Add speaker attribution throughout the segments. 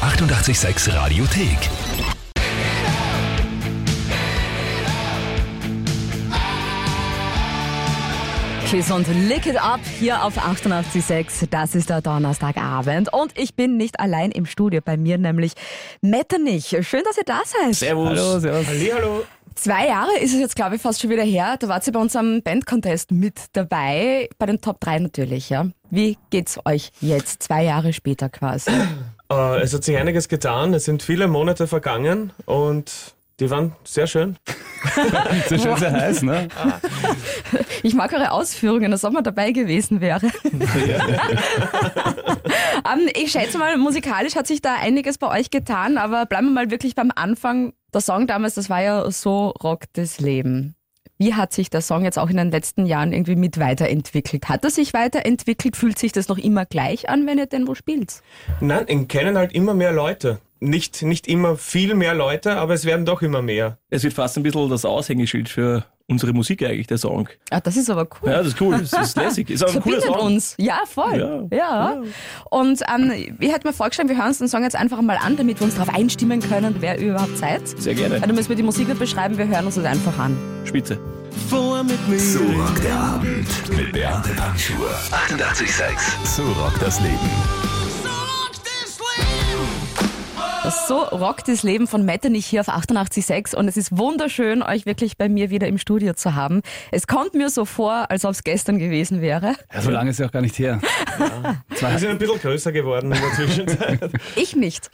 Speaker 1: 886 Radiothek.
Speaker 2: Kiss und Lick It Up hier auf 88.6. Das ist der Donnerstagabend und ich bin nicht allein im Studio, bei mir nämlich Metternich. Schön, dass ihr da seid.
Speaker 3: Servus. Hallo, servus. Hallihallo.
Speaker 2: Zwei Jahre ist es jetzt, glaube ich, fast schon wieder her. Da wart ihr bei unserem Band-Contest mit dabei, bei den Top 3 natürlich. Ja. Wie geht's euch jetzt, zwei Jahre später quasi?
Speaker 3: Äh, es hat sich einiges getan. Es sind viele Monate vergangen und die waren sehr schön.
Speaker 4: Sehr schön, sehr heiß, ne?
Speaker 2: Ich mag eure Ausführungen, als ob man dabei gewesen wäre. Ähm, ich schätze mal, musikalisch hat sich da einiges bei euch getan, aber bleiben wir mal wirklich beim Anfang. Der Song damals, das war ja so Rock des Leben. Wie hat sich der Song jetzt auch in den letzten Jahren irgendwie mit weiterentwickelt? Hat er sich weiterentwickelt? Fühlt sich das noch immer gleich an, wenn ihr denn wo spielt?
Speaker 3: Nein, ihn kennen halt immer mehr Leute. Nicht, nicht immer viel mehr Leute, aber es werden doch immer mehr.
Speaker 4: Es wird fast ein bisschen das Aushängeschild für unsere Musik eigentlich, der Song.
Speaker 2: Ah, das ist aber cool.
Speaker 4: Ja, das ist cool, das ist lässig. Ist auch ein cooler
Speaker 2: verbindet
Speaker 4: Song.
Speaker 2: uns. Ja, voll. Ja.
Speaker 4: Ja.
Speaker 2: Und ähm, ich hätte mir vorgestellt, wir hören uns den Song jetzt einfach mal an, damit wir uns darauf einstimmen können, wer überhaupt seid.
Speaker 4: Sehr gerne.
Speaker 2: Dann müssen wir die Musik nicht beschreiben, wir hören uns das einfach an.
Speaker 4: Spitze.
Speaker 1: So rockt der Abend mit Beate Panschur. 88.6. So rockt das Leben.
Speaker 2: Das So rockt das Leben von Metternich hier auf 88.6 und es ist wunderschön, euch wirklich bei mir wieder im Studio zu haben. Es kommt mir so vor, als ob es gestern gewesen wäre.
Speaker 4: Ja, so lange ist ja auch gar nicht her.
Speaker 3: Wir sind ein bisschen größer geworden in der Zwischenzeit.
Speaker 2: Ich nicht.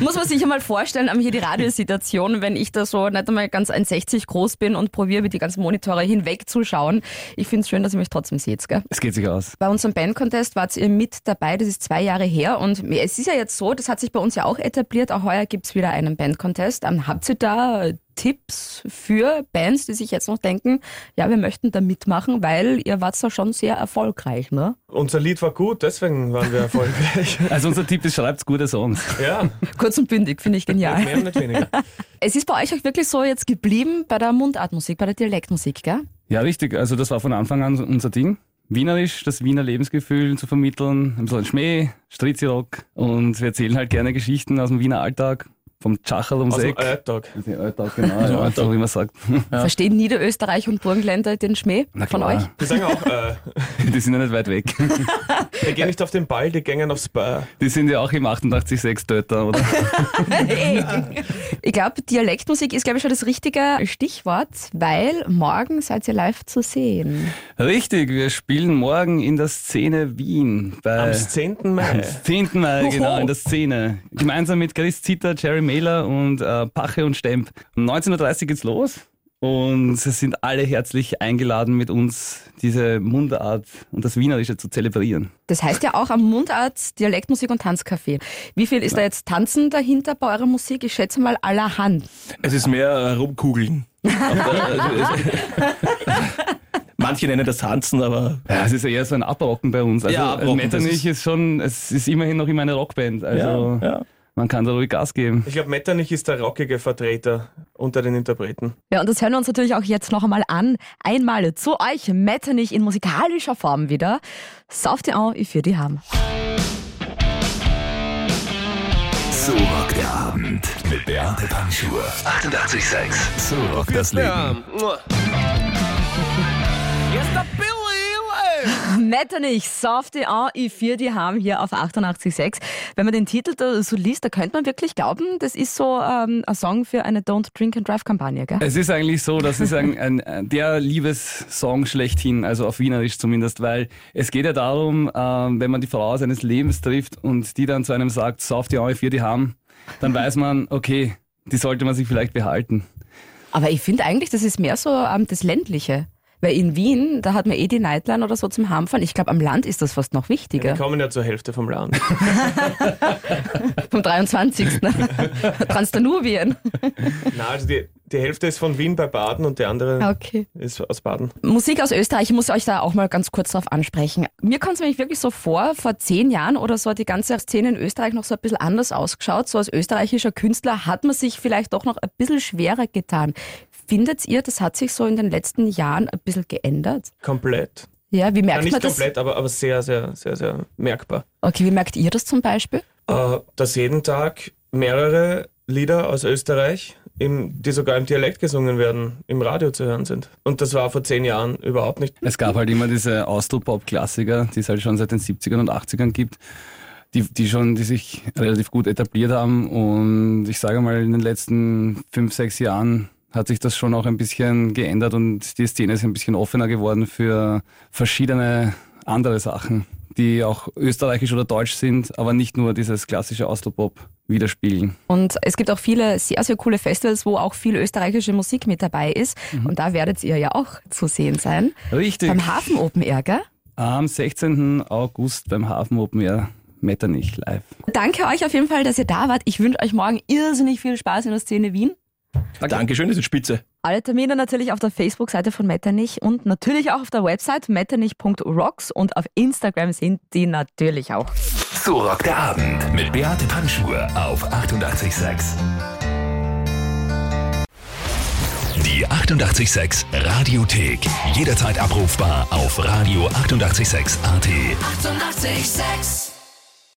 Speaker 2: Muss man sich einmal vorstellen, am hier die Radiosituation, wenn ich da so nicht einmal ganz 1,60 groß bin und probiere, über die ganzen Monitore hinwegzuschauen. Ich finde es schön, dass ihr mich trotzdem seht. Gell?
Speaker 4: Es geht sich aus.
Speaker 2: Bei unserem Bandcontest wart ihr mit dabei, das ist zwei Jahre her und es ist ja jetzt so, das hat sich bei uns ja auch etabliert, auch heuer gibt's wieder einen Bandcontest. Ähm, Habt ihr da äh, Tipps für Bands, die sich jetzt noch denken, ja, wir möchten da mitmachen, weil ihr wart da schon sehr erfolgreich, ne?
Speaker 3: Unser Lied war gut, deswegen waren wir erfolgreich.
Speaker 4: Also unser Tipp ist, schreibt gute Songs.
Speaker 3: Ja,
Speaker 2: Kurz und bündig, finde ich genial.
Speaker 3: nicht mehr und nicht weniger.
Speaker 2: Es ist bei euch auch wirklich so jetzt geblieben bei der Mundartmusik, bei der Dialektmusik, gell?
Speaker 4: Ja, richtig. Also das war von Anfang an unser Ding. Wienerisch, das Wiener Lebensgefühl zu vermitteln, ein bisschen Schmäh, Strizirock und wir erzählen halt gerne Geschichten aus dem Wiener Alltag, vom Tschacherl ums
Speaker 3: Aus dem
Speaker 4: Eck.
Speaker 3: Alltag.
Speaker 4: Den Alltag, genau, Also, äh, ja, so wie man sagt.
Speaker 2: Verstehen Niederösterreich und Burgenländer den Schmäh
Speaker 4: Na
Speaker 2: von
Speaker 4: klar.
Speaker 2: euch?
Speaker 3: Die sagen auch, äh,
Speaker 4: Die sind ja nicht weit weg.
Speaker 3: die gehen nicht auf den Ball, die gängen aufs Bar.
Speaker 4: Die sind ja auch im 88-6-Töter, oder?
Speaker 2: Ich glaube, Dialektmusik ist, glaube ich, schon das richtige Stichwort, weil morgen seid ihr live zu sehen.
Speaker 4: Richtig, wir spielen morgen in der Szene Wien. Bei
Speaker 3: Am 10.
Speaker 4: am
Speaker 3: Mai.
Speaker 4: 10. Mai, genau,
Speaker 2: Oho.
Speaker 4: in der Szene. Gemeinsam mit Chris Zitter, Jerry Mailer und äh, Pache und Stemp. Um 19.30 Uhr geht's los. Und es sind alle herzlich eingeladen, mit uns diese Mundart und das Wienerische zu zelebrieren.
Speaker 2: Das heißt ja auch am Mundart Dialektmusik und Tanzcafé. Wie viel ist da jetzt Tanzen dahinter bei eurer Musik? Ich schätze mal allerhand.
Speaker 5: Es ist mehr äh, rumkugeln. Auf der- also es- Manche nennen das Tanzen, aber
Speaker 4: Ja, es ist ja eher so ein Abrocken bei uns. Also
Speaker 5: Ja, Abrocken, das
Speaker 4: Metternich
Speaker 5: ist-
Speaker 4: ist schon, es ist immerhin noch immer eine Rockband. Also
Speaker 5: ja, ja.
Speaker 4: man kann da ruhig Gas geben.
Speaker 3: Ich glaube, Metternich ist der rockige Vertreter unter den Interpreten.
Speaker 2: Ja, und das hören wir uns natürlich auch jetzt noch einmal an. Einmal zu euch, Metternich in musikalischer Form wieder. Sauft ihr an, ich für die haben.
Speaker 1: So rockt der Abend mit Beate Panschur. 88.6. So rockt das Leben.
Speaker 2: Metternich, soft die an, ich für die haben hier auf 88.6. Wenn man den Titel da so liest, da könnte man wirklich glauben, das ist so ähm, ein Song für eine Don't Drink and Drive Kampagne, gell?
Speaker 4: Es ist eigentlich so, das ist ein, ein, ein- der Liebessong schlechthin, also auf Wienerisch zumindest, weil es geht ja darum, ähm, wenn man die Frau seines Lebens trifft und die dann zu einem sagt, sauf die Augen für die Ham, dann weiß man, okay, die sollte man sich vielleicht behalten.
Speaker 2: Aber ich finde eigentlich, das ist mehr so ähm, das Ländliche. Weil in Wien, da hat man eh die Nightline oder so zum Heimfahren. Ich glaube, am Land ist das fast noch
Speaker 3: Die
Speaker 2: wichtiger.
Speaker 3: kommen ja zur Hälfte vom Land.
Speaker 2: Vom 23. Transdanubien.
Speaker 3: Na, also die, die Hälfte ist von Wien bei Baden und die andere
Speaker 2: Okay.
Speaker 3: ist aus Baden.
Speaker 2: Musik aus Österreich, ich muss euch da auch mal ganz kurz drauf ansprechen. Mir kommt es nämlich wirklich so vor, vor zehn Jahren oder so hat die ganze Szene in Österreich noch so ein bisschen anders ausgeschaut. So als österreichischer Künstler hat man sich vielleicht doch noch ein bisschen schwerer getan. Findet ihr, das hat sich so in den letzten Jahren ein bisschen geändert?
Speaker 3: Komplett.
Speaker 2: Ja, wie
Speaker 3: Ja,
Speaker 2: merkt
Speaker 3: nicht
Speaker 2: man das?
Speaker 3: komplett, aber, aber sehr, sehr, sehr, sehr merkbar.
Speaker 2: Okay, wie merkt ihr das zum Beispiel?
Speaker 3: Ah, äh, dass jeden Tag mehrere Lieder aus Österreich, im, die sogar im Dialekt gesungen werden, im Radio zu hören sind. Und das war vor zehn Jahren überhaupt nicht.
Speaker 4: Es gab halt immer diese Austropop-Klassiker, die es halt schon seit den 70ern und 80ern gibt, die, die schon, die sich relativ gut etabliert haben. Und ich sage mal, in den letzten fünf, sechs Jahren hat sich das schon auch ein bisschen geändert und die Szene ist ein bisschen offener geworden für verschiedene andere Sachen, die auch österreichisch oder deutsch sind, aber nicht nur dieses klassische Austropop widerspiegeln.
Speaker 2: Und es gibt auch viele sehr, sehr coole Festivals, wo auch viel österreichische Musik mit dabei ist. Und da werdet ihr ja auch zu sehen sein.
Speaker 4: Richtig.
Speaker 2: Beim Hafen Open Air, gell?
Speaker 4: Am 16. August beim Hafen Open Air Metternich live.
Speaker 2: Danke euch auf jeden Fall, dass ihr da wart. Ich wünsche euch morgen irrsinnig viel Spaß in der Szene Wien.
Speaker 5: Dankeschön, das ist spitze.
Speaker 2: Alle Termine natürlich auf der Facebook-Seite von Metternich und natürlich auch auf der Website metternich.rocks und auf Instagram sind die natürlich auch.
Speaker 1: So rockt der Abend mit Beate Panschur auf 886.6. Die 886 Radiothek. Jederzeit abrufbar auf radio886.at. 886! 886.
Speaker 6: 886